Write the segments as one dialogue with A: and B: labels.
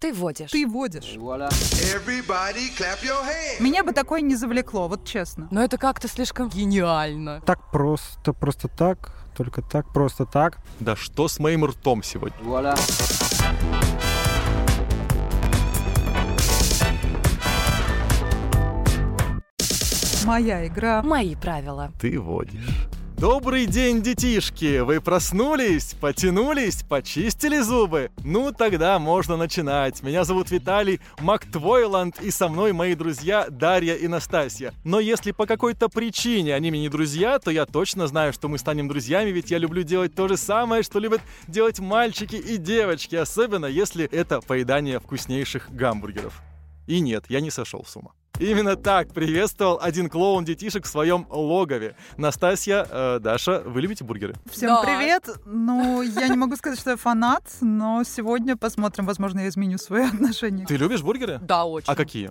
A: Ты водишь.
B: Ты водишь.
C: Everybody clap your hands.
B: Меня бы такое не завлекло, вот честно.
A: Но это как-то слишком гениально.
D: Так просто, просто так, только так, просто так.
E: Да что с моим ртом сегодня?
B: Моя игра.
A: Мои правила.
E: Ты водишь. Добрый день, детишки! Вы проснулись, потянулись, почистили зубы? Ну, тогда можно начинать. Меня зовут Виталий Мактвойланд, и со мной мои друзья Дарья и Настасья. Но если по какой-то причине они мне не друзья, то я точно знаю, что мы станем друзьями, ведь я люблю делать то же самое, что любят делать мальчики и девочки, особенно если это поедание вкуснейших гамбургеров. И нет, я не сошел с ума. Именно так приветствовал один клоун детишек в своем логове. Настасья, э, Даша, вы любите бургеры?
B: Всем
A: Да.
B: привет. Ну, я не могу сказать, что я фанат, но сегодня посмотрим, возможно, я изменю свои отношения.
E: Ты любишь бургеры?
A: Да, очень.
E: А какие?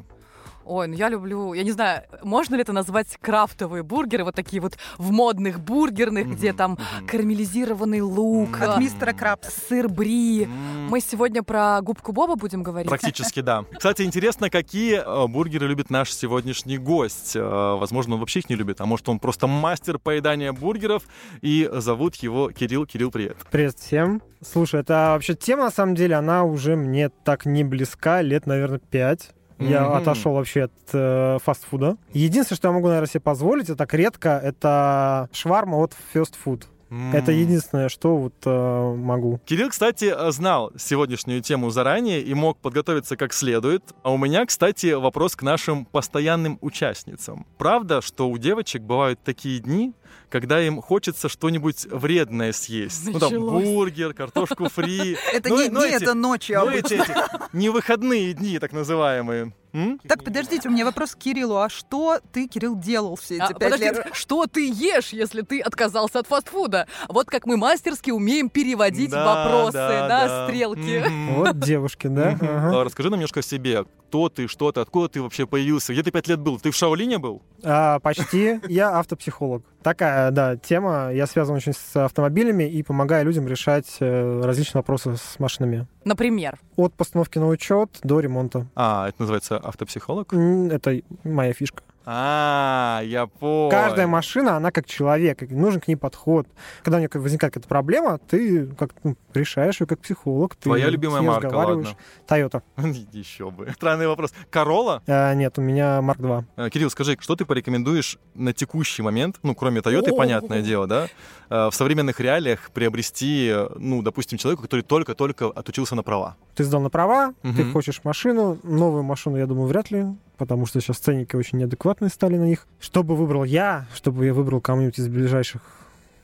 A: Ой, ну я люблю, я не знаю, можно ли это назвать крафтовые бургеры, вот такие вот в модных бургерных, где
E: Мгм,
A: там
E: мгм.
A: карамелизированный лук, а,
B: От мистера Крабс.
A: сыр бри.
E: М,
A: Мы сегодня про губку Боба будем говорить.
E: Практически, да. Кстати, интересно, какие э, бургеры любит наш сегодняшний гость. Э, Возможно, он вообще их не любит, а может, он просто мастер поедания бургеров, и зовут его Кирилл. Кирилл, привет.
D: Привет всем. Слушай, это вообще тема, на самом деле, она уже мне так не близка, лет, наверное, пять. Я
E: Мгм.
D: отошел вообще от э, фастфуда. Единственное, что я могу, наверное, себе позволить, это так редко, это шварма от First Food.
E: М.
D: Это единственное, что вот э, могу.
E: Кирилл, кстати, э, знал сегодняшнюю тему заранее и мог подготовиться как следует. А у меня, кстати, вопрос к нашим постоянным участницам. Правда, что у девочек бывают такие дни, когда им хочется что-нибудь вредное съесть? Ну, там,
A: Началось.
E: бургер, картошку фри.
B: Это
E: Ну,
B: не
E: ну,
B: дни,
E: эти-
B: это а ночи
E: Ну,
B: обычно.
E: эти, эти невыходные дни, так называемые. М?
B: Так, подождите, у меня вопрос к Кириллу. А что ты, Кирилл, делал все
A: А,
B: эти пять
A: подожди,
B: лет?
A: что ты ешь, если ты отказался от фастфуда? Вот как мы мастерски умеем переводить
E: Да,
A: вопросы
E: да,
A: на
E: да.
A: стрелки.
E: Мгм.
D: Вот девушки, да?
E: Мгм.
D: Ага.
E: А Расскажи нам немножко о себе. Кто ты, что ты, откуда ты вообще появился? Где ты пять лет был? Ты в Шаолине был?
D: А, почти. Я автопсихолог. Такая, да, тема. Я связан очень с автомобилями и помогаю людям решать э, различные вопросы с машинами.
A: Например,
D: От постановки на учет до ремонта.
E: А, это называется автопсихолог?
D: М, Это моя фишка.
E: А, я понял.
D: Каждая машина, она как человек, и нужен к ней подход. Когда у нее возникает какая-то проблема, ты как ну, решаешь ее как психолог. Ты
E: Твоя
D: с
E: любимая
D: ней
E: марка,
D: разговариваешь.
E: ладно.
D: Toyota.
E: Еще бы. Странный вопрос. Корола?
D: Э, нет, у меня Марк 2.
E: Э, Кирилл, скажи, что ты порекомендуешь на текущий момент, ну, кроме Тойоты,
D: О.
E: понятное дело, да, э, в современных реалиях приобрести, э, ну, допустим, человеку, который только-только отучился на права?
D: Ты сдал на права, ты
E: Мгм.
D: хочешь машину. Новую машину, я думаю, вряд ли, потому что сейчас ценники очень неадекватные стали на них. Что бы выбрал я, чтобы я выбрал кому-нибудь из ближайших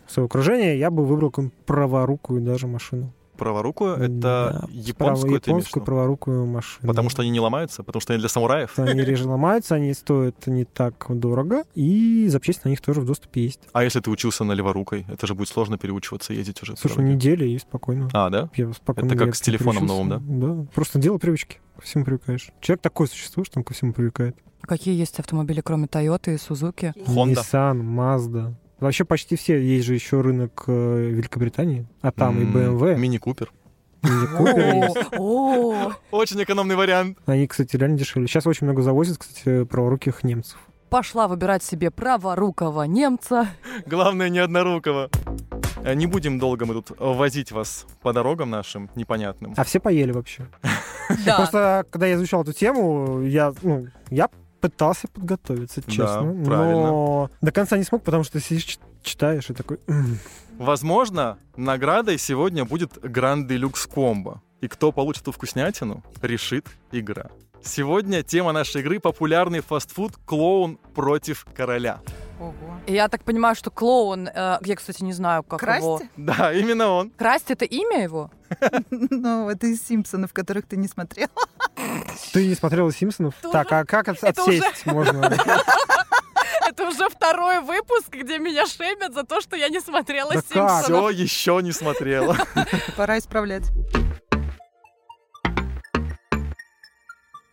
D: своего окружения, я бы выбрал какую-нибудь праворукую даже машину.
E: Праворукую — это
D: Да,
E: японскую, ты
D: Право-
E: имеешь в
D: японскую
E: виду?
D: праворукую машину.
E: Потому что они не ломаются, потому что они для самураев.
D: они реже ломаются, они стоят не так дорого, и запчасти на них тоже в доступе есть.
E: А если ты учился на леворукой, это же будет сложно переучиваться, ездить уже. по
D: Слушай,
E: дороге.
D: неделя и спокойно.
E: А, да?
D: Я спокойно
E: Это как
D: я
E: с телефоном
D: переключился.
E: новым,
D: Да, просто дело привычки. Ко всему привыкаешь. Человек такое существо, что он ко всему привыкает.
A: какие есть автомобили, кроме Тойоты и Сузуки?
E: Honda.
D: Nissan, Mazda. Вообще почти все. Есть же еще рынок э, Великобритании, а там и
E: М,
D: BMW,
E: Мини-купер.
D: и Cooper есть.
A: О,
E: Очень экономный вариант.
D: Они, кстати, реально дешевле. Сейчас очень много завозят, кстати, праворуких немцев.
A: пошла выбирать себе праворукого немца.
E: Главное, не однорукого. Э, Не будем долго мы тут возить вас по дорогам нашим непонятным.
D: А все поели вообще.
A: Да.
D: Просто, когда я изучал эту тему, я, ну, я пытался подготовиться, честно.
E: правильно.
D: но до конца не смог, потому что сидишь, чит- читаешь и такой... «М,
E: Возможно, наградой сегодня будет Гранд Делюкс Комбо. И кто получит эту вкуснятину, решит игра. Сегодня тема нашей игры — популярный фастфуд «Клоун против короля».
B: Ого.
A: Я так понимаю, что клоун, э, я, кстати, не знаю, как его...
B: Красть?
E: Да, именно он.
A: Красть это имя его?
B: Ну, это из Симпсонов, которых ты не смотрел.
D: Ты не смотрела «Симпсонов»?
A: Это
D: Так, а как от-
A: это уже-
D: отсесть можно?
A: Это уже второй выпуск, где меня шемят за то, что я не смотрела
D: Да как?
A: «Симпсонов».
E: Все еще не смотрела.
B: Пора исправлять.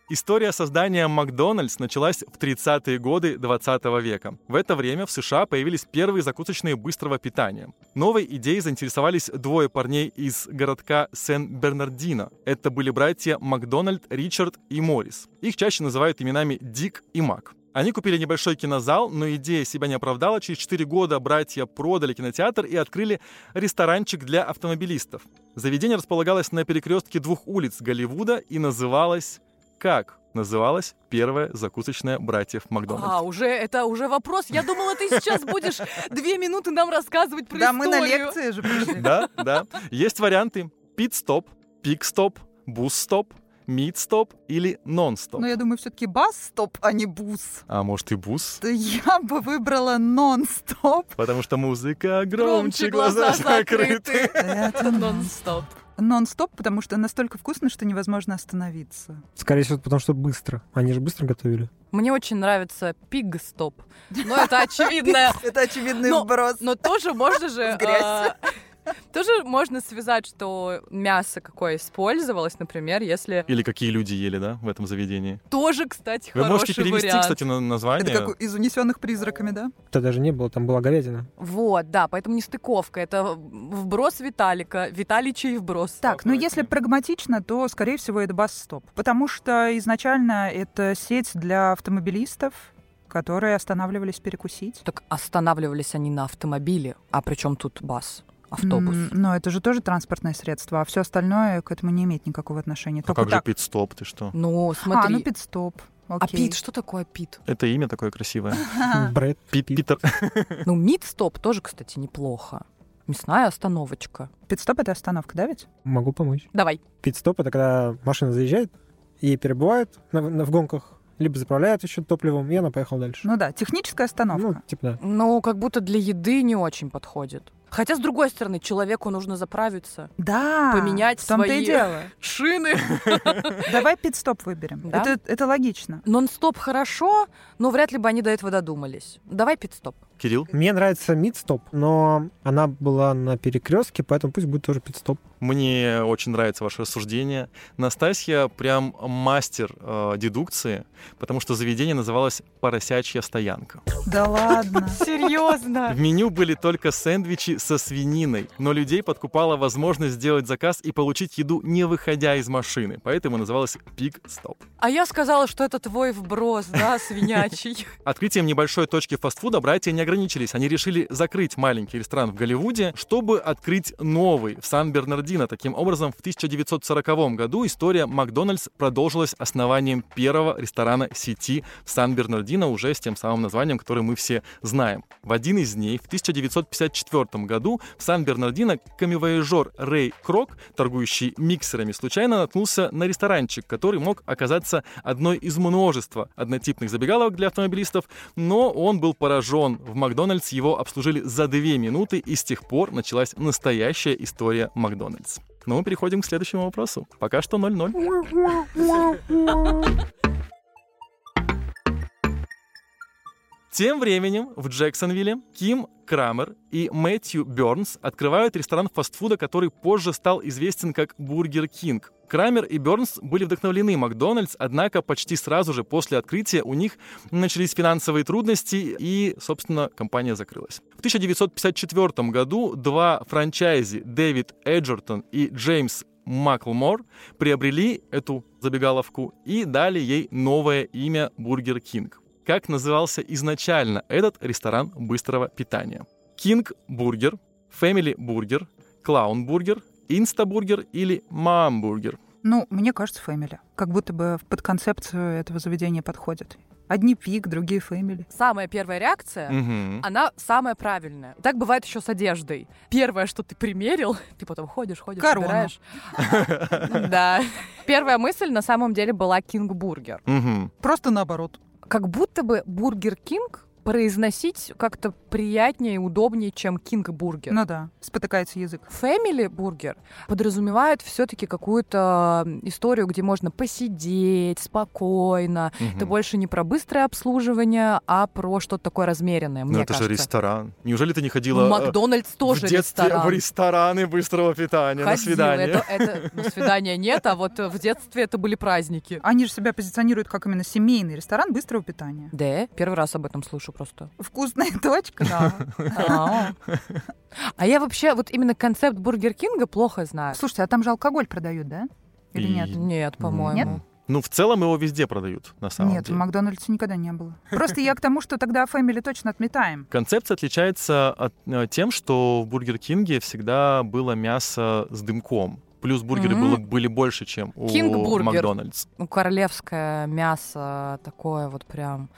E: История создания Макдональдс началась в 30-е годы 20 века. В это время в США появились первые закусочные быстрого питания. Новой идеей заинтересовались двое парней из городка Сен-Бернардино. Это были братья Макдональд, Ричард и Моррис. Их чаще называют именами Дик и Мак. Они купили небольшой кинозал, но идея себя не оправдала. Через 4 года братья продали кинотеатр и открыли ресторанчик для автомобилистов. Заведение располагалось на перекрестке двух улиц Голливуда и называлось как? Называлась первая закусочная братьев Макдональдс.
A: А, уже это уже вопрос. Я думала, ты сейчас будешь две минуты нам рассказывать про
B: Да,
A: историю.
B: мы на лекции же пришли.
E: Да, да. Есть варианты. Пит-стоп, пик-стоп, бус-стоп, мид-стоп или нон-стоп.
B: Но Ну, я думаю, все-таки бас-стоп, а не бус.
E: А может и бус?
B: То Я бы выбрала нон-стоп.
E: Потому что музыка
A: Громче
E: громче,
A: глаза
E: закрыты.
A: закрыты.
B: Это
A: Нон-стоп.
B: Нон-стоп, потому что настолько вкусно, что невозможно остановиться.
D: Скорее всего, потому что быстро. Они же быстро готовили.
A: Мне очень нравится пиг-стоп. Но это очевидное.
B: Это очевидный
A: Но-
B: вброс.
A: Но тоже можно же...
B: В грязь.
A: э, Тоже можно связать, что мясо какое использовалось, например, если...
E: Или какие люди ели, да, в этом заведении.
A: Тоже, кстати,
E: Вы можете
A: хороший
E: перевести,
A: вариант.
E: кстати, на
B: Это
E: название.
B: как из унесенных призраками, да?
D: Это даже не было, там была говядина.
A: Вот, да, поэтому не стыковка. Это вброс Виталика, Виталичий вброс.
B: Так, ну если прагматично, то, скорее всего, это бас-стоп. Потому что изначально это сеть для автомобилистов, которые останавливались перекусить.
A: Так останавливались они на автомобиле, а причем тут бас, автобус.
B: М, Но это же тоже транспортное средство, а все остальное к этому не имеет никакого отношения.
E: А
B: Только
E: как же
B: так.
E: пит-стоп, ты что?
A: Ну,
B: А,
A: смотри.
B: ну пит-стоп.
A: А пит,
B: Окей.
A: что такое пит?
E: Это имя такое красивое.
D: Брэд
E: Пит-
D: Пит.
E: Питер.
A: Ну, мид-стоп тоже, кстати, неплохо. Мясная остановочка.
B: Пит-стоп — это остановка, да ведь?
D: Могу помочь.
A: Давай.
D: Пит-стоп — это когда машина заезжает и перебывает на, на- в гонках, либо заправляет еще топливом, и она поехала дальше.
B: Ну да, техническая
D: Ну,
B: остановка.
D: типа да.
A: Ну, как будто для еды не очень подходит. Хотя, с другой стороны, человеку нужно заправиться.
B: Да,
A: Поменять
B: в том-то
A: свои-
B: и дело.
A: Шины.
B: Давай пит-стоп выберем.
A: Да?
B: Это, это логично.
A: Нон-стоп хорошо, но вряд ли бы они до этого додумались. Давай пит-стоп.
E: Кирилл,
D: Мне нравится мид-стоп, но она была на перекрестке, поэтому пусть будет тоже пит-стоп.
E: Мне очень нравится ваше рассуждение. Настасья прям мастер э, дедукции, потому что заведение называлось «Поросячья стоянка».
B: Да ладно.
A: Серьезно?
E: В меню были только сэндвичи со свининой, но людей подкупала возможность сделать заказ и получить еду, не выходя из машины, поэтому называлось «Пик-стоп».
A: А я сказала, что это твой вброс, да, свинячий.
E: Открытием небольшой точки фастфуда братья не ограничились. Они решили закрыть маленький ресторан в Голливуде, чтобы открыть новый в Сан-Бернардино. Таким образом, в 1940 году история Макдональдс продолжилась основанием первого ресторана сети в Сан-Бернардино уже с тем самым названием, которое мы все знаем. В один из дней, в 1954 году, в Сан-Бернардино камевояжер Рэй Крок, торгующий миксерами, случайно наткнулся на ресторанчик, который мог оказаться одной из множества однотипных забегаловок для автомобилистов, но он был поражен. В Макдональдс его обслужили за две минуты, и с тех пор началась настоящая история Макдональдс. Но мы переходим к следующему вопросу. Пока что 0-0. Тем временем в Джексонвилле Ким Крамер и Мэтью Бернс открывают ресторан фастфуда, который позже стал известен как Бургер Кинг. Крамер и Бернс были вдохновлены Макдональдс, однако почти сразу же после открытия у них начались финансовые трудности и, собственно, компания закрылась. В 1954 году два франчайзи Дэвид Эджертон и Джеймс Маклмор приобрели эту забегаловку и дали ей новое имя Бургер Кинг. Как назывался изначально этот ресторан быстрого питания? Кинг Бургер, Фэмили Бургер, Клаун Бургер, Инстабургер или Мам Бургер?
B: Ну, мне кажется, фэмили. Как будто бы в- под концепцию этого заведения подходит. Одни пик, другие фэмили.
A: Самая первая реакция,
E: Мгм.
A: она самая правильная. Так бывает еще с одеждой. Первое, что ты примерил, ты потом ходишь, ходишь,
B: Корону.
A: собираешь. Да. Первая мысль на самом деле была Кинг Бургер.
E: Мгм.
B: Просто наоборот.
A: Как будто бы Бургер Кинг произносить как-то приятнее и удобнее, чем кинг-бургер.
B: Ну да, спотыкается язык.
A: Family бургер подразумевает все-таки какую-то историю, где можно посидеть спокойно. Это
E: Мгм.
A: больше не про быстрое обслуживание, а про что-то такое размеренное,
E: Ну
A: мне
E: это же
A: кажется.
E: ресторан. Неужели ты не ходила
A: Ну,
E: э,
A: Макдональдс тоже
E: в детстве
A: ресторан.
E: в рестораны быстрого питания? на
A: Ходила.
E: свидание.
A: Это, это- ну, свидания нет, а вот э, в детстве это были праздники.
B: Они же себя позиционируют как именно семейный ресторан быстрого питания.
A: Да, первый раз об этом слышу просто.
B: Вкусная точка, да.
A: А А я вообще вот именно концепт Бургер Кинга плохо знаю.
B: Слушайте, а там же алкоголь продают, да? Или
E: И-
B: нет?
A: Нет, по-моему.
B: Нет?
E: Ну, в целом его везде продают, на самом
B: Нет, в
E: деле.
B: Макдональдсе никогда не было. Просто я к тому, что тогда Фэмили точно отметаем.
E: Концепция отличается от, э, тем, что в Бургер Кинге всегда было мясо с дымком. Плюс бургеры
A: Мгм.
E: было- были больше, чем у
A: Кинг-бургер.
E: Макдональдс.
A: Ну, королевское мясо такое вот прям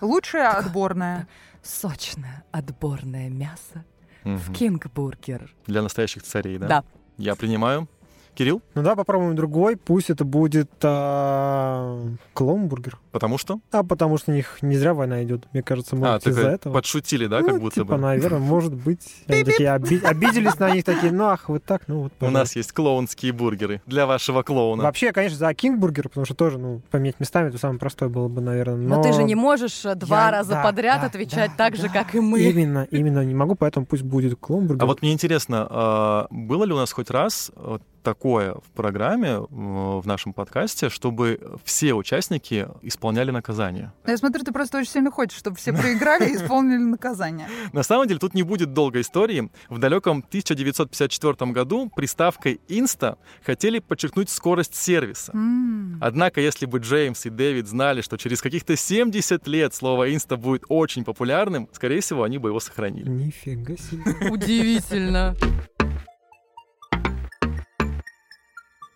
B: Лучшее отборное.
A: сочное, отборное мясо в
E: Мгм.
A: кингбургер.
E: Для настоящих царей, да?
A: Да.
E: Я принимаю. Кирилл,
D: Ну да, попробуем другой. Пусть это будет а, клоунбургер.
E: потому что?
D: А потому что у них не зря война идет, мне кажется, может
E: а,
D: Ну, из-за
E: так, э,
D: этого.
E: подшутили, да,
D: Ну,
E: как будто
D: типа,
E: бы?
D: наверное, может быть. Они такие оби- обиделись на них, такие, ну ах, вот так, ну вот.
E: У
D: пожалуйста».
E: нас есть клоунские бургеры для вашего клоуна.
D: Вообще, я, конечно, за кингбургер, потому что тоже, ну, поменять местами, это самое простое было бы, наверное. Но,
A: Но, ты же не можешь э, два
D: Я-
A: раза
D: да,
A: подряд
D: да,
A: отвечать
D: да,
A: так же,
D: да.
A: как и мы.
D: Именно, именно не могу, поэтому пусть будет клоунбургер.
E: А вот мне интересно, а, было ли у нас хоть раз э, такое в программе, э, в нашем подкасте, чтобы все участники исполняли наказание?
B: Я смотрю, ты просто очень сильно хочешь, чтобы все проиграли и исполнили наказание.
E: На самом деле тут не будет долгой истории. В далеком 1954 году приставкой «Инста» хотели подчеркнуть скорость сервиса.
B: М.
E: Однако, если бы Джеймс и Дэвид знали, что через каких-то 70 лет слово «инста» будет очень популярным, скорее всего, они бы его сохранили.
D: Нифига себе.
A: Удивительно.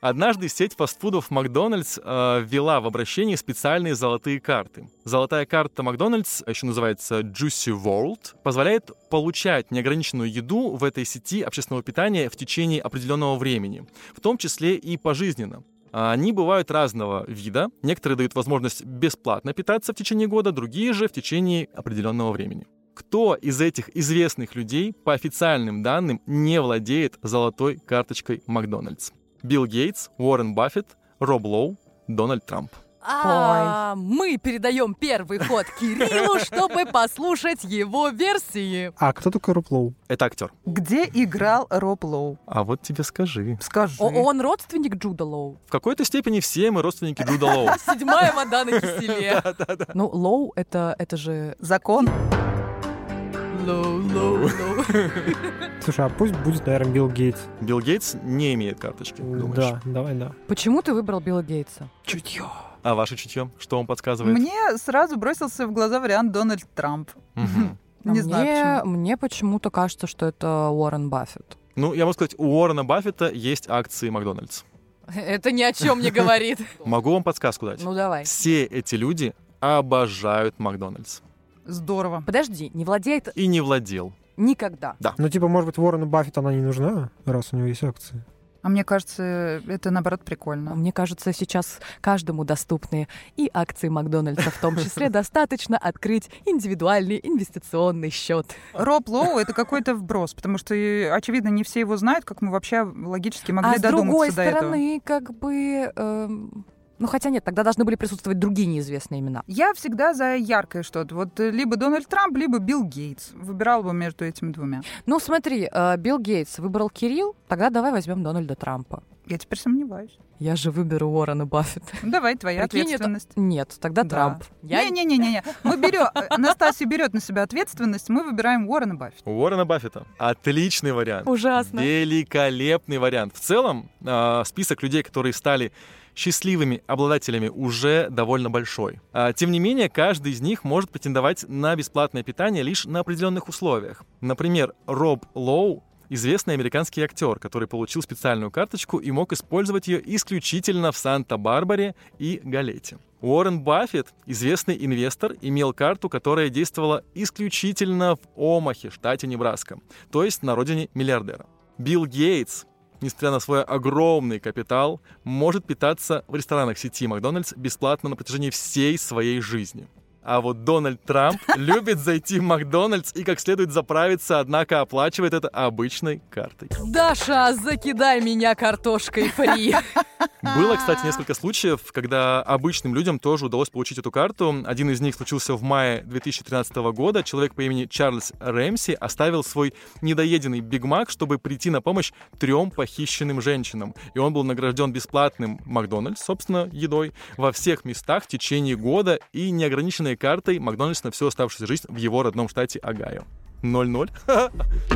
E: Однажды сеть фастфудов Макдональдс э, ввела в обращение специальные золотые карты. Золотая карта Макдональдс, еще называется Juicy World, позволяет получать неограниченную еду в этой сети общественного питания в течение определенного времени, в том числе и пожизненно. А Они бывают разного вида. Некоторые дают возможность бесплатно питаться в течение года, другие же в течение определенного времени. Кто из этих известных людей, по официальным данным, не владеет золотой карточкой Макдональдс? Билл Гейтс, Уоррен Баффет, Роб Лоу, Дональд Трамп.
A: А мы передаем первый ход Кириллу, чтобы послушать его версии.
D: А кто такой Руплоу?
E: Это актер.
B: Где играл Роб Лоу?
E: А вот тебе скажи.
B: Скажи.
A: О, он родственник Джуда Лоу.
E: В какой-то степени все мы родственники Джуда Лоу.
A: Седьмая вода на киселе. Ну, Лоу это, это же...
B: Закон.
A: Лоу, лоу, лоу.
D: Слушай, а пусть будет, наверное, Билл Гейтс.
E: Билл Гейтс не имеет карточки, думаешь?
D: Да, давай, да.
A: Почему ты выбрал Билла Гейтса?
D: Чутье.
E: А ваше чутье? Что вам подсказывает?
B: Мне сразу бросился в глаза вариант Дональд Трамп.
E: Мгм.
A: А
B: Не
A: мне,
B: знаю почему.
A: Мне почему-то кажется, что это Уоррен Баффет.
E: Ну, я могу сказать, у Уоррена Баффета есть акции Макдональдс.
A: Это ни о чем не говорит.
E: Могу вам подсказку дать.
A: Ну давай.
E: Все эти люди обожают Макдональдс.
B: Здорово.
A: Подожди, не владеет
E: И не владел.
A: никогда.
D: Ну, типа, может быть, Уоррену Баффет она не нужна, раз у него есть акции.
B: А мне кажется, это наоборот
A: А
B: прикольно.
A: Мне кажется, сейчас каждому доступны и акции Макдональдса, в том числе достаточно открыть индивидуальный инвестиционный счет.
B: Роб Лоу — это какой-то вброс, потому что, э, очевидно, не все его знают, как мы вообще логически могли
A: А с
B: додуматься
A: другой
B: до этого.
A: стороны, как бы... эм, Ну хотя нет, тогда должны были присутствовать другие неизвестные имена.
B: Я всегда за яркое что-то. Вот э, либо Дональд Трамп, либо Билл Гейтс. Выбирала бы между этими двумя.
A: Ну смотри, э, Билл Гейтс выбрал Кирилл, тогда давай возьмем Дональда Трампа.
B: Я теперь сомневаюсь.
A: Я же выберу Уоррена Баффета.
B: Ну, Давай, твоя
A: Прикинь, это-
B: ответственность.
A: Нет, тогда
B: Да.
A: Трамп. Я
B: Не-не-не-не. Мы берем... Анастасия берет на себя ответственность, мы выбираем Уоррена Баффета.
E: У Уоррена Баффета. Отличный вариант.
A: Ужасно.
E: Великолепный вариант. В целом, а, список людей, которые стали счастливыми обладателями, уже довольно большой. А, Тем не менее, каждый из них может претендовать на бесплатное питание лишь на определенных условиях. Например, Роб Лоу известный американский актер, который получил специальную карточку и мог использовать ее исключительно в Санта-Барбаре и Галете. Уоррен Баффет, известный инвестор, имел карту, которая действовала исключительно в Омахе, штате Небраска, то есть на родине миллиардера. Билл Гейтс, несмотря на свой огромный капитал, может питаться в ресторанах сети Макдональдс бесплатно на протяжении всей своей жизни. А вот Дональд Трамп любит зайти в Макдональдс и как следует заправиться, однако оплачивает это обычной картой.
A: Даша, закидай меня картошкой фри.
E: Было, кстати, несколько случаев, когда обычным людям тоже удалось получить эту карту. Один из них случился в мае 2013 года. Человек по имени Чарльз Рэмси оставил свой недоеденный Биг Мак, чтобы прийти на помощь трем похищенным женщинам. И он был награжден бесплатным Макдональдс, собственно, едой, во всех местах в течение года и неограниченной картой Макдональдс на всю оставшуюся жизнь в его родном штате Огайо. 0-0.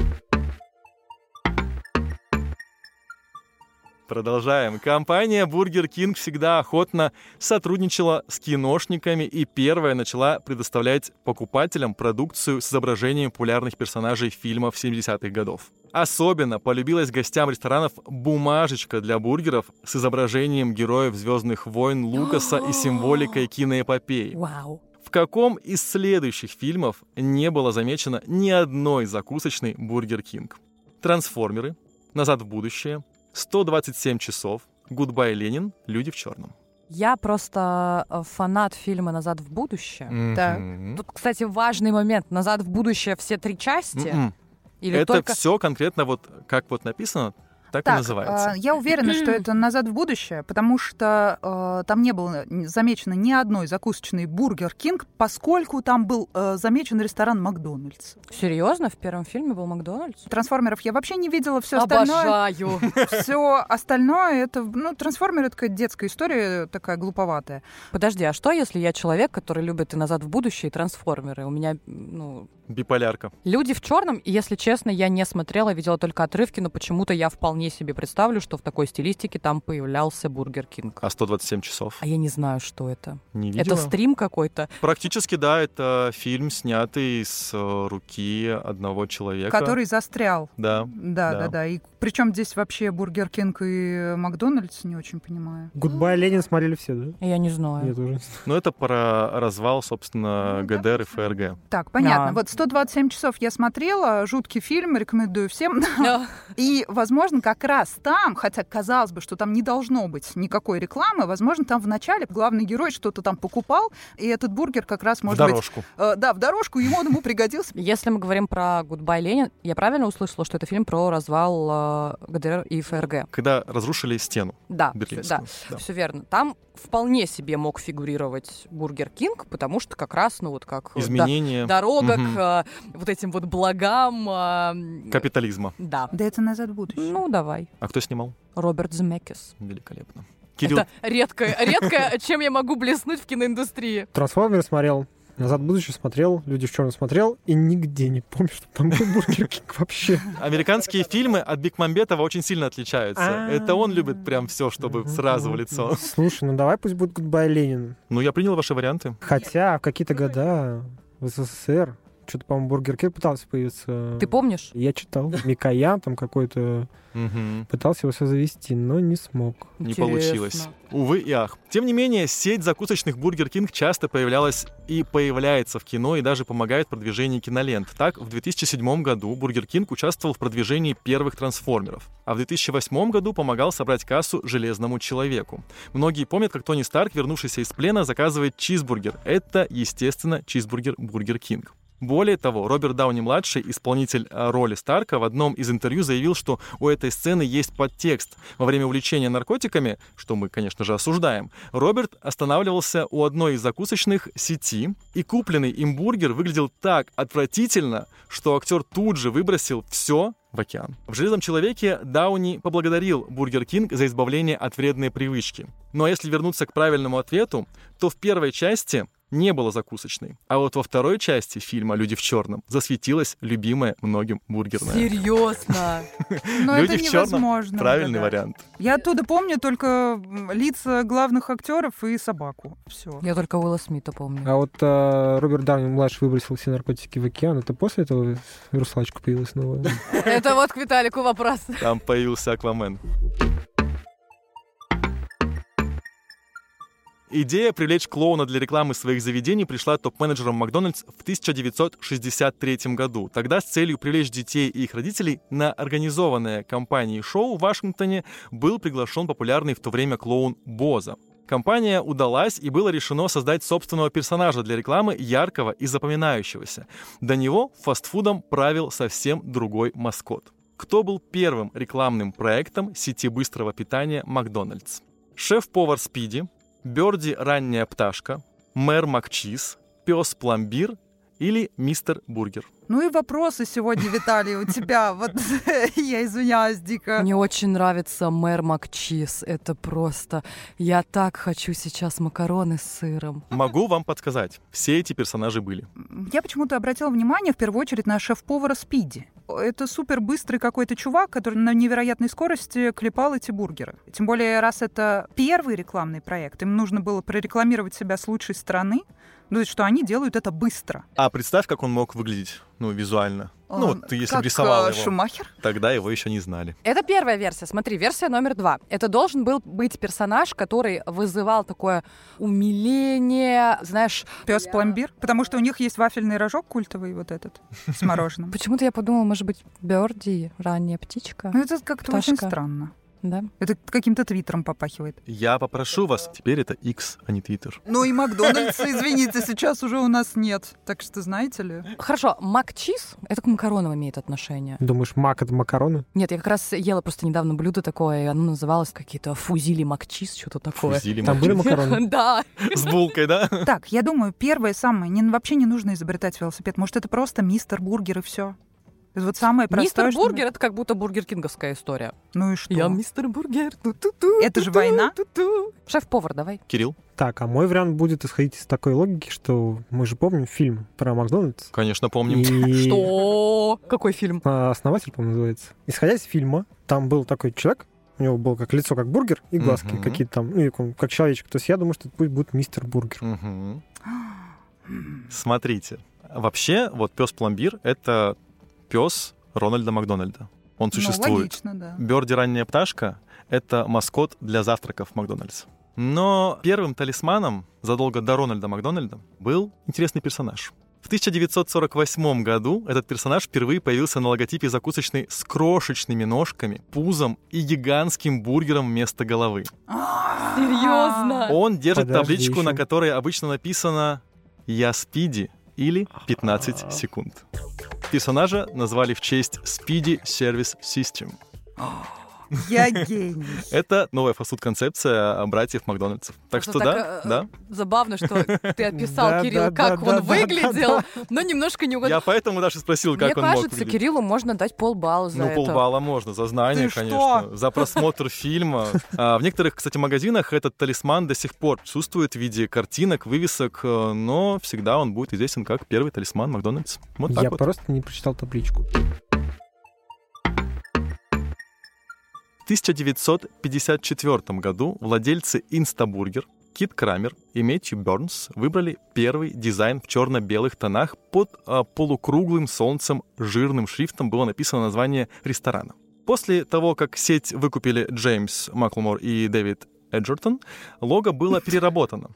E: Продолжаем. Компания Burger King всегда охотно сотрудничала с киношниками и первая начала предоставлять покупателям продукцию с изображением популярных персонажей фильмов 70-х годов. Особенно полюбилась гостям ресторанов бумажечка для бургеров с изображением героев «Звездных войн» Лукаса и символикой киноэпопеи.
A: Вау.
E: В каком из следующих фильмов не было замечено ни одной закусочной Бургер Кинг? Трансформеры, Назад в будущее, 127 часов, Гудбай Ленин, Люди в черном.
A: Я просто э, фанат фильма «Назад в будущее».
B: Так.
A: Тут, кстати, важный момент. «Назад в будущее» все три части?
E: М-м.
A: Или
E: Это
A: только...
E: все конкретно вот как вот написано, так, и
B: Так,
E: называется.
B: а, я уверена, что это «Назад в будущее», потому что э, там не было ни- замечено ни одной закусочной «Бургер Кинг», поскольку там был э, замечен ресторан «Макдональдс».
A: Серьезно? В первом фильме был Макдональдс?
B: «Трансформеров» я вообще не видела, все остальное...
A: Обожаю.
B: Все остальное, это, ну, «Трансформеры» — это такая детская история, такая глуповатая.
A: Подожди, а что, если я человек, который любит и «Назад в будущее», и «Трансформеры»? У меня, ну,
E: Биполярка.
A: Люди в черном, и если честно, я не смотрела, видела только отрывки, но почему-то я вполне себе представлю, что в такой стилистике там появлялся Бургер Кинг.
E: А 127 часов?
A: А я не знаю, что это.
E: Не
A: Это
E: видела?
A: стрим какой-то.
E: Практически, да, это фильм, снятый с э, руки одного человека.
B: Который застрял.
E: Да.
B: Да,
E: Да.
B: да, да. И причем здесь вообще Бургер Кинг и Макдональдс, не очень понимаю.
D: Гудбай Ленин смотрели все, да?
A: Я не знаю.
D: Нет, уже.
E: Но это про развал, собственно,
B: Ну, да,
E: ГДР и ФРГ.
B: Так, понятно.
A: А.
B: Вот 127 часов я смотрела, жуткий фильм, рекомендую всем.
A: Да.
B: И, возможно, как раз там, хотя казалось бы, что там не должно быть никакой рекламы, возможно, там в начале главный герой что-то там покупал, и этот бургер как раз
E: В
B: может быть...
E: дорожку.
B: э, да, в дорожку, ему он ему пригодился.
A: Если мы говорим про «Гудбай, Ленин», я правильно услышала, что это фильм про развал э, ГДР и ФРГ?
E: Когда разрушили стену
A: Да, всё- да,
E: берлинскую. Да.
A: все верно. Там вполне себе мог фигурировать Бургер Кинг, потому что как раз, ну вот как... э, да-
E: Изменение
A: Дорога
E: Мгм.
A: к э, вот этим вот благам. э, м,
E: капитализма.
A: Да.
B: Да это назад в будущее.
A: Ну, давай.
E: А кто снимал?
A: Роберт Земекис.
E: Великолепно. Кирилл,
A: Это редкое, редкое, чем я могу блеснуть в киноиндустрии.
D: Трансформер смотрел, Назад в будущее смотрел, Люди в черном смотрел, и нигде не помню, что там был Бургер Кинг вообще.
E: американские фильмы от Бекмамбетова очень сильно отличаются.
D: А.
E: Это он любит прям все, чтобы сразу в лицо.
D: Слушай, ну давай пусть будет Гудбай Ленин.
E: Ну, я принял ваши варианты.
D: Хотя в какие-то года в СССР что-то, по-моему, Бургер Кинг пытался появиться.
A: Ты помнишь?
D: Я читал. Микоян там какой-то
E: Мгм.
D: пытался его все завести, но не смог.
E: Не
A: Интересно.
E: получилось. Увы и ах. Тем не менее, сеть закусочных Бургер Кинг часто появлялась и появляется в кино и даже помогает в продвижении кинолент. Так, в 2007 году Бургер Кинг участвовал в продвижении первых трансформеров, а в 2008 году помогал собрать кассу «Железному человеку». Многие помнят, как Тони Старк, вернувшийся из плена, заказывает чизбургер. Это, естественно, чизбургер Бургер Кинг. Более того, Роберт Дауни-младший, исполнитель э, роли Старка, в одном из интервью заявил, что у этой сцены есть подтекст. Во время увлечения наркотиками, что мы, конечно же, осуждаем, Роберт останавливался у одной из закусочных сети, и купленный им бургер выглядел так отвратительно, что актер тут же выбросил все в океан. В «Железном человеке» Дауни поблагодарил Бургер Кинг за избавление от вредной привычки. Но если вернуться к правильному ответу, то в первой части не было закусочной. А вот во второй части фильма «Люди в черном» засветилась любимая многим бургерная.
A: Серьезно.
B: Но
E: Люди
B: это
E: в чёрном.
B: невозможно.
E: Правильный
B: да-да.
E: вариант.
B: Я оттуда помню только м, лица главных актеров и собаку. Все.
A: Я только Уилла Смита помню.
D: А вот э, Роберт Дауни младший выбросил все наркотики в океан. Это после этого русалочка появилась новая.
A: Это вот к Виталику вопрос.
E: Там появился Аквамен. Идея привлечь клоуна для рекламы своих заведений пришла топ-менеджером Макдональдс в 1963 году. Тогда с целью привлечь детей и их родителей на организованное компанией шоу в Вашингтоне был приглашен популярный в то время клоун Боза. Компания удалась, и было решено создать собственного персонажа для рекламы, яркого и запоминающегося. До него фастфудом правил совсем другой маскот. Кто был первым рекламным проектом сети быстрого питания «Макдональдс»? Шеф-повар Спиди, Берди ранняя пташка, мэр Макчиз, пес Пломбир или мистер Бургер?
B: Ну и вопросы сегодня, Виталий, у тебя. Вот я извиняюсь дико.
A: Мне очень нравится мэр Макчиз. Это просто... Я так хочу сейчас макароны с сыром.
E: Могу вам подсказать, все эти персонажи были.
B: Я почему-то обратила внимание в первую очередь на шеф-повара Спиди. Это супер быстрый какой-то чувак, который на невероятной скорости клепал эти бургеры. Тем более, раз это первый рекламный проект, им нужно было прорекламировать себя с лучшей стороны, ну, то есть, что они делают это быстро.
E: А представь, как он мог выглядеть, ну, визуально. ну,
B: Он
E: вот ты если
B: как,
E: бы рисовал
B: э,
E: его,
B: Шумахер?
E: тогда его еще не знали.
A: Это первая версия. Смотри, версия номер два. Это должен был быть персонаж, который вызывал такое умиление, знаешь...
B: Пес пломбир? Потому что у них есть вафельный рожок культовый вот этот с мороженым.
A: Почему-то я подумала, может быть, Берди, ранняя птичка,
B: Ну, это как-то очень
A: Пташка.
B: странно.
A: да?
B: Это каким-то твиттером попахивает.
E: Я попрошу вас, теперь это X, а не Twitter.
B: Ну и Макдональдс, извините, сейчас уже у нас нет. Так что, знаете ли,
A: Хорошо, макчиз, это к макаронам имеет отношение.
D: Думаешь, мак это макароны?
A: Нет, я как раз ела просто недавно блюдо такое, и оно называлось какие-то фузили макчиз, что-то такое.
E: Фузили
D: Там были макароны?
A: Да.
E: С булкой, да?
B: Так, я думаю, первое самое, не, вообще не нужно изобретать велосипед. Может, это просто мистер бургер и все. Это вот самое простое.
A: Мистер
B: что мы-
A: Бургер это как будто бургер кинговская история.
B: Ну и что?
A: Я мистер Бургер. ту-ту-ту,
B: Это же
A: ту-ту,
B: война?
A: ту-ту. Шеф-повар, давай.
E: Кирилл?
D: Так, а мой вариант будет исходить из такой логики, что мы же помним фильм про Макдональдс.
E: Конечно, помним.
D: И-
A: Что? Какой фильм?
D: А, Основатель, по-моему, называется. Исходя из фильма, там был такой человек, у него было как лицо, как бургер, и глазки
E: Мгм.
D: какие-то там, ну, и он как человечек. То есть я думаю, что это пусть будет мистер бургер.
E: Мгм. Смотрите. Вообще, вот пес пломбир это пес Рональда Макдональда. Он
B: Ну,
E: существует.
B: логично, да.
E: Берди ранняя пташка — это маскот для завтраков в Макдональдс. Но первым талисманом задолго до Рональда Макдональда был интересный персонаж. В 1948 году этот персонаж впервые появился на логотипе закусочной с крошечными ножками, пузом и гигантским бургером вместо головы.
A: Серьезно?
E: Он держит
D: Подожди
E: табличку,
D: ещё.
E: на которой обычно написано «Я Спиди» или
A: А.
E: «15 секунд». Персонажа назвали в честь Speedy Service System.
B: Я гений.
E: Это новая фастфуд-концепция братьев Макдональдсов. Так
A: Просто
E: что
A: так, э,
E: да,
A: Забавно, что ты
D: Да,
A: описал,
D: да,
A: Кирилл, как
D: да, да,
A: он
D: да,
A: выглядел, но немножко не
E: да.
A: угадал.
E: Я поэтому даже спросил,
A: Мне
E: как он мог
A: кажется,
E: выглядеть.
A: Кириллу можно дать полбалла за
E: Ну,
A: это.
E: полбалла можно, за знание,
B: Ты
E: конечно, за просмотр фильма. А, в некоторых, кстати, магазинах этот талисман до сих пор присутствует в виде картинок, вывесок, э, но всегда он будет известен как первый талисман Макдональдс. Вот так
D: я
E: вот.
D: просто не прочитал табличку.
E: 1954 году владельцы Инстабургер Кит Крамер и Мэтью Бернс выбрали первый дизайн в черно-белых тонах под а, полукруглым солнцем жирным шрифтом было написано название ресторана. После того, как сеть выкупили Джеймс Маклмор и Дэвид Эджертон, лого было переработано.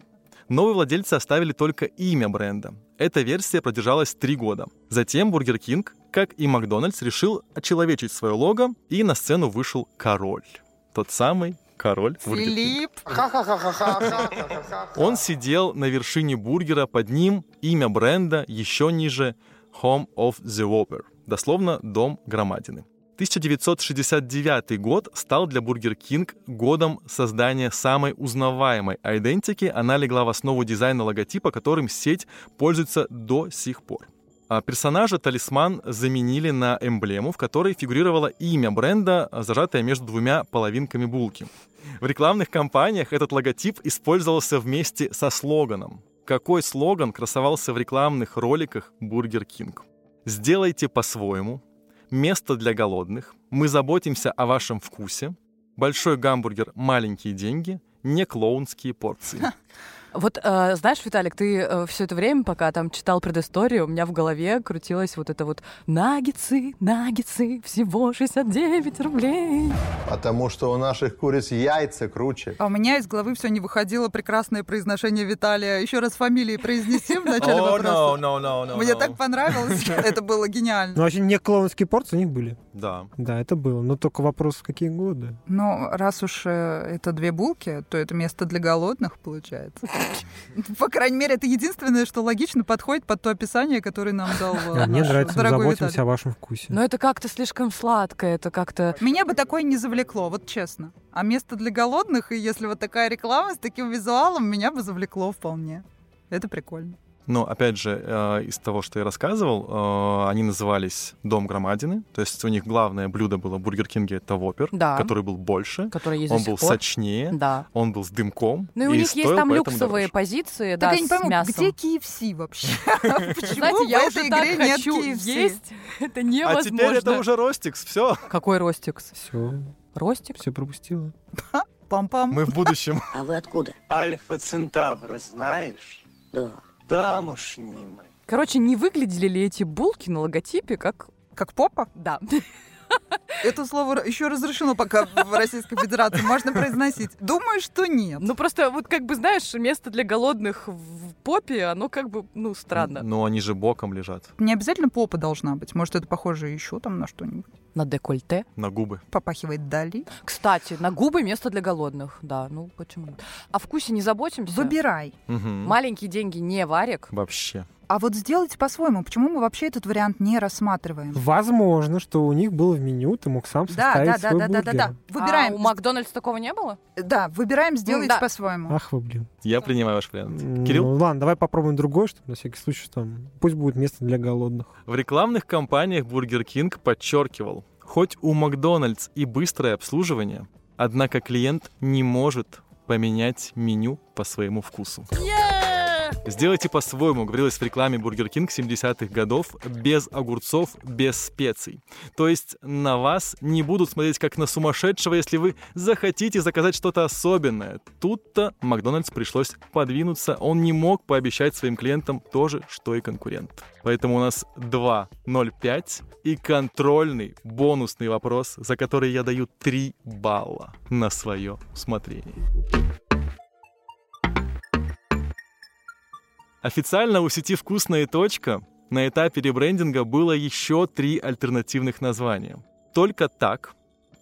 E: Новые владельцы оставили только имя бренда. Эта версия продержалась три года. Затем Бургер Кинг, как и Макдональдс, решил очеловечить свое лого, и на сцену вышел король. Тот самый король Бургер Кинг.
B: Филипп.
E: Он сидел на вершине бургера, под ним имя бренда, еще ниже Home of the Whopper, дословно «Дом громадины». 1969 год стал для Бургер Кинг годом создания самой узнаваемой айдентики. Она легла в основу дизайна логотипа, которым сеть пользуется до сих пор. А Персонажа талисман заменили на эмблему, в которой фигурировало имя бренда, зажатое между двумя половинками булки. В рекламных кампаниях этот логотип использовался вместе со слоганом. Какой слоган красовался в рекламных роликах Бургер Кинг? Сделайте по-своему, место для голодных, мы заботимся о вашем вкусе, большой гамбургер, маленькие деньги, не клоунские порции.
A: Вот э, знаешь, Виталик, ты все это время, пока там читал предысторию, у меня в голове крутилось вот это вот наггетсы, наггетсы, всего 69 рублей.
F: Потому что у наших куриц яйца круче.
B: А у меня из головы все не выходило прекрасное произношение Виталия. Еще раз фамилии произнеси в начале
E: О, no,
B: вопроса.
E: no, no, no,
B: Мне
E: no.
B: так понравилось, это было гениально.
D: Ну, вообще, не клоунские порции у них были.
E: Да.
D: Да, это было. Но только вопрос, в какие годы.
B: Но раз уж э, это две булки, то это место для голодных получается. Ну, По крайней мере, это единственное, что логично подходит под то описание, которое нам дал э,
D: Мне
B: наш
D: нравится, мы
B: дорогой Ну,
D: заботимся о
B: Виталий.
D: вашем вкусе.
A: Но это как-то слишком сладко, это как-то...
B: Меня бы такое не завлекло, вот честно. А место для голодных, и если вот такая реклама с таким визуалом, меня бы завлекло вполне. Это прикольно.
E: Но, опять же, э, из того, что я рассказывал, э, они назывались «Дом громадины». То есть у них главное блюдо было в Бургер Кинге — это вопер,
A: Да.
E: который был больше,
A: Который есть до
E: он
A: сих
E: был
A: пор.
E: сочнее,
A: Да.
E: он был с дымком.
A: Ну и у них есть
E: стоил
A: там
E: поэтому
A: люксовые
E: дороже.
A: позиции, да,
B: Так я не
A: с
B: пойму,
A: мясом.
B: где KFC вообще? Почему
A: Знаете,
B: в
A: я
B: этой
A: уже так
B: игре нет
A: хочу
B: KFC?
A: есть. Это
E: А
A: невозможно.
E: теперь это уже Ростикс, все.
A: Какой Ростикс?
D: Все,
A: Ростикс?
D: все пропустила.
B: Пам-пам.
E: Мы в будущем.
G: А вы откуда?
H: Альфа Центавра знаешь?
G: Да.
H: Тамошний мы.
A: Короче, не выглядели ли эти булки на логотипе как...
B: Как попа?
A: Да.
B: Это слово еще разрешено пока в Российской Федерации. Можно произносить. Думаю, что нет.
A: Ну просто вот как бы, знаешь, место для голодных в попе, оно как бы, ну, странно.
E: Но они же боком лежат
B: Не обязательно попа должна быть. Может, это похоже еще там на что-нибудь.
A: На декольте.
E: на губы.
B: Попахивает дали.
A: Кстати, на губы место для голодных. Да, ну почему нет? О вкусе не заботимся.
B: Выбирай.
E: Мгм.
A: Маленькие деньги не варик.
E: Вообще.
B: А вот сделайте по-своему. Почему мы вообще этот вариант не рассматриваем?
D: Возможно, что у них было в меню, ты мог сам
B: Да,
D: составить
B: да, да,
D: свой
B: да, да, да,
D: бургер.
B: да.
A: А у
B: Выбираем.
A: Макдональдса такого не было?
B: Да, А. выбираем, сделайте
A: да.
B: по-своему.
D: Ах вы, блин.
E: Я принимаю ваш вариант.
D: М,
E: Кирилл?
D: Ну, ладно, давай попробуем другой, чтобы на всякий случай там... Пусть будет место для голодных.
E: В рекламных кампаниях Бургер Кинг подчеркивал, хоть у Макдональдс и быстрое обслуживание, однако клиент не может поменять меню по своему вкусу. Сделайте по-своему, говорилось в рекламе Бургер Кинг 70-х годов, без огурцов, без специй. То есть на вас не будут смотреть как на сумасшедшего, если вы захотите заказать что-то особенное. Тут-то Макдональдс пришлось подвинуться, он не мог пообещать своим клиентам то же, что и конкурент. Поэтому у нас 2.05 и контрольный бонусный вопрос, за который я даю 3 балла на свое усмотрение. Официально у сети «Вкусная точка» на этапе ребрендинга было еще три альтернативных названия. «Только так»,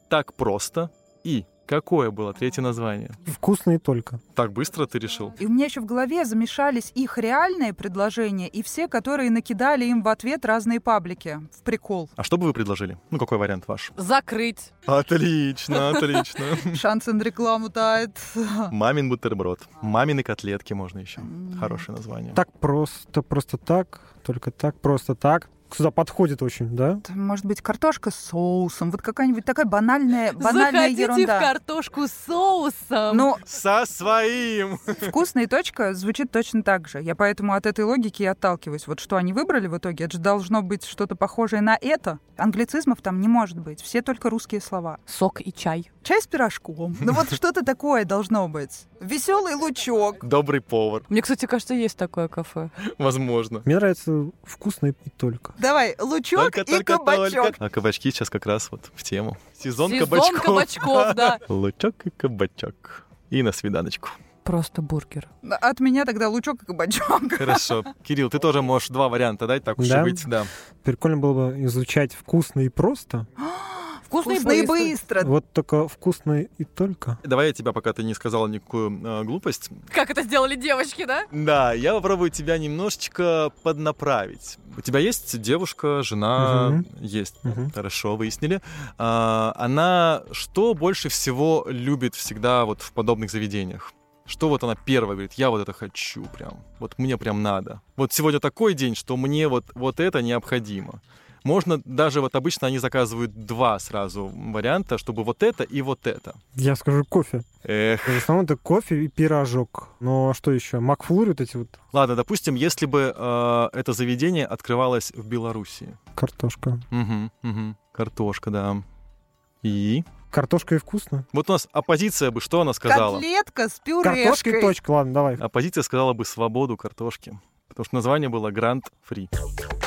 E: «Так просто» и какое было третье название?
D: Вкусные только.
E: Так быстро ты решил?
B: И у меня еще в голове замешались их реальные предложения и все, которые накидали им в ответ разные паблики. В прикол.
E: А что бы вы предложили? Ну, какой вариант ваш?
A: Закрыть.
E: Отлично, отлично.
B: Шанс на рекламу тает.
E: Мамин бутерброд. Мамины котлетки можно еще. Хорошее название.
D: Так просто, просто так, только так, просто так. Сюда подходит очень, да?
B: Может быть, картошка с соусом, вот какая-нибудь такая банальная, банальная
A: Заходите в
B: ерунда. Ну.
A: картошку с соусом.
B: Но
E: Со своим!
B: вкусная точка звучит точно так же. Я поэтому от этой логики и отталкиваюсь. Вот что они выбрали в итоге, это же должно быть что-то похожее на это. Англицизмов там не может быть, все только русские слова.
A: Сок и чай.
B: Чай с пирожком. Ну вот что-то такое должно быть. Веселый лучок.
E: Добрый повар,
A: Мне, кстати, кажется, есть такое кафе.
E: возможно.
D: Мне нравится вкусные и только.
B: Давай, лучок и кабачок.
E: А кабачки сейчас как раз вот в тему. Сезон,
A: Сезон
E: кабачков.
A: кабачков, да.
E: Лучок и кабачок. И на свиданочку.
A: Просто бургер.
B: От меня тогда лучок и кабачок.
E: Хорошо. Кирилл, ты тоже можешь два варианта дать, так уж и
D: Да?
E: быть, да.
D: Прикольно было бы изучать вкусные и просто.
A: Вкусный,
B: Вкусно и
A: быстрый.
B: быстро.
D: Вот только вкусные и только.
E: Давай я тебя, пока ты не сказала никакую э, глупость.
A: Как это сделали девочки, да?
E: Да, я попробую тебя немножечко поднаправить. У тебя есть девушка, жена?
D: Мгм.
E: Есть.
D: Мгм.
E: Хорошо, выяснили. А, Она что больше всего любит всегда вот в подобных заведениях? Что вот она первая говорит, я вот это хочу прям, вот мне прям надо. Вот сегодня такой день, что мне вот, вот это необходимо. Можно даже вот обычно они заказывают два сразу варианта, чтобы вот это и вот это.
D: Я скажу кофе.
E: Эх.
D: В основном это кофе и пирожок. Но что еще? Макфлури вот эти вот
E: Ладно, допустим, если бы э, это заведение открывалось в Белоруссии.
D: картошка.
E: Угу, угу. Картошка, да. И?
D: Картошка и вкусно.
E: Вот у нас оппозиция бы что она сказала?
B: Котлетка с
D: Картошка и
B: пюрешкой.
D: точка, ладно, давай.
E: Оппозиция сказала бы свободу картошки. Потому что название было Грант Фри.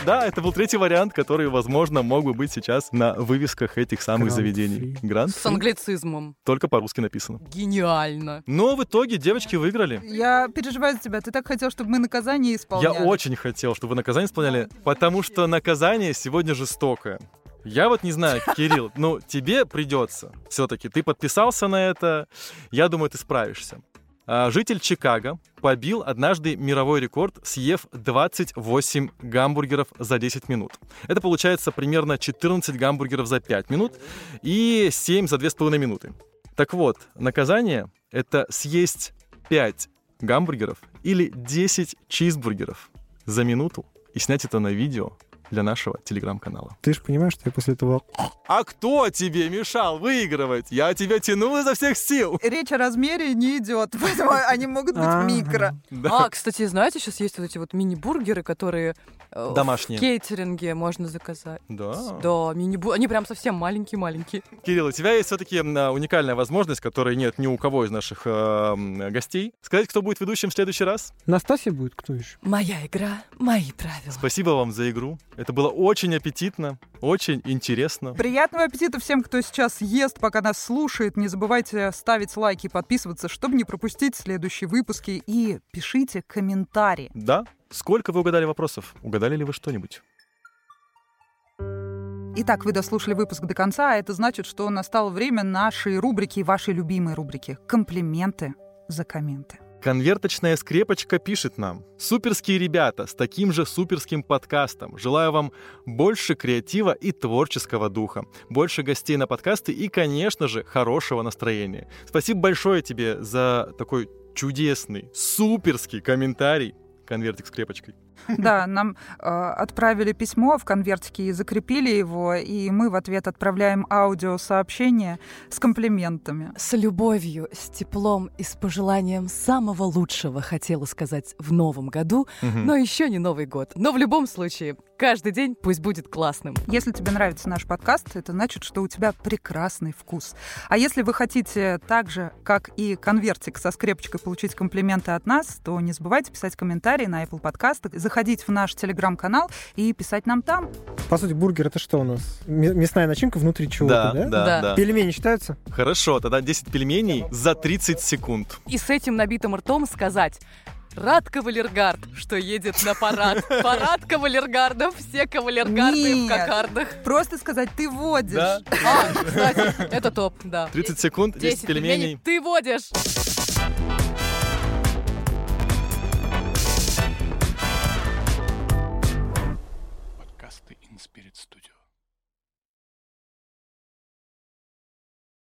E: Да, это был третий вариант, который, возможно, мог бы быть сейчас на вывесках этих самых
D: Grand
E: заведений.
D: Free.
E: Грант
A: С англицизмом.
E: только по-русски написано.
A: Гениально.
E: Но в итоге девочки выиграли.
B: Я переживаю за тебя. Ты так хотел, чтобы мы наказание
E: Я
B: исполняли.
E: очень хотел, чтобы вы наказание исполняли, потому что наказание сегодня жестокое. Я вот не знаю, Кирилл, ну тебе придется все-таки. Ты подписался на это, я думаю, ты справишься. А, Житель Чикаго побил однажды мировой рекорд, съев 28 гамбургеров за 10 минут. Это получается примерно 14 гамбургеров за 5 минут и 7 за 2,5 минуты. Так вот, наказание — это съесть 5 гамбургеров или 10 чизбургеров за минуту и снять это на видео для нашего телеграм-канала.
D: Ты же понимаешь, что я после этого...
E: А кто тебе мешал выигрывать? Я тебя тянул изо всех сил.
B: Речь о размере не идет, поэтому они могут быть
D: Ага.
B: микро.
E: Да.
A: А, кстати, знаете, сейчас есть вот эти вот мини-бургеры, которые э,
E: Домашние. А.
A: в кейтеринге можно заказать.
E: Да.
A: Да, мини-бу... Они прям совсем маленькие-маленькие.
E: Кирилл, у тебя есть все-таки уникальная возможность, которой нет ни у кого из наших эм, гостей. Сказать, кто будет ведущим в следующий раз?
D: Настасья будет, кто еще?
A: Моя игра, мои правила.
E: Спасибо вам за игру. Это было очень аппетитно, очень интересно.
B: Приятного аппетита всем, кто сейчас ест, пока нас слушает. Не забывайте ставить лайки и подписываться, чтобы не пропустить следующие выпуски. И пишите комментарии.
E: Да? Сколько вы угадали вопросов? Угадали ли вы что-нибудь?
B: Итак, вы дослушали выпуск до конца, а это значит, что настало время нашей рубрики, и вашей любимой рубрики «Комплименты за комменты».
E: Конверточная скрепочка пишет нам. Суперские ребята с таким же суперским подкастом. Желаю вам больше креатива и творческого духа, больше гостей на подкасты и, конечно же, хорошего настроения. Спасибо большое тебе за такой чудесный, суперский комментарий. Конвертик с скрепочкой.
B: Да, нам э, отправили письмо в конвертике и закрепили его, и мы в ответ отправляем аудиосообщение с комплиментами.
A: С любовью, с теплом и с пожеланием самого лучшего хотела сказать в новом году,
D: Ну,
A: но еще не Новый год. Но в любом случае, каждый день пусть будет классным.
B: Если тебе нравится наш подкаст, это значит, что у тебя прекрасный вкус. А если вы хотите так же, как и конвертик со скрепочкой, получить комплименты от нас, то не забывайте писать комментарии на Apple подкастах, заходить в наш телеграм-канал и писать нам там.
D: По сути, бургер это что у нас? М- мясная начинка внутри чего-то, да?
A: Да.
D: Пельмени считаются?
E: Хорошо, тогда 10 пельменей за 30 секунд.
A: И с этим набитым ртом сказать Рад кавалергард, что едет на парад. Парад кавалергардов, все кавалергарды в
B: Нет.
A: кокардах.
B: Просто сказать, ты водишь.
E: Да?
A: А, кстати, это топ, да.
E: 30 секунд, 10,
A: 10
E: пельменей.
A: Ты водишь.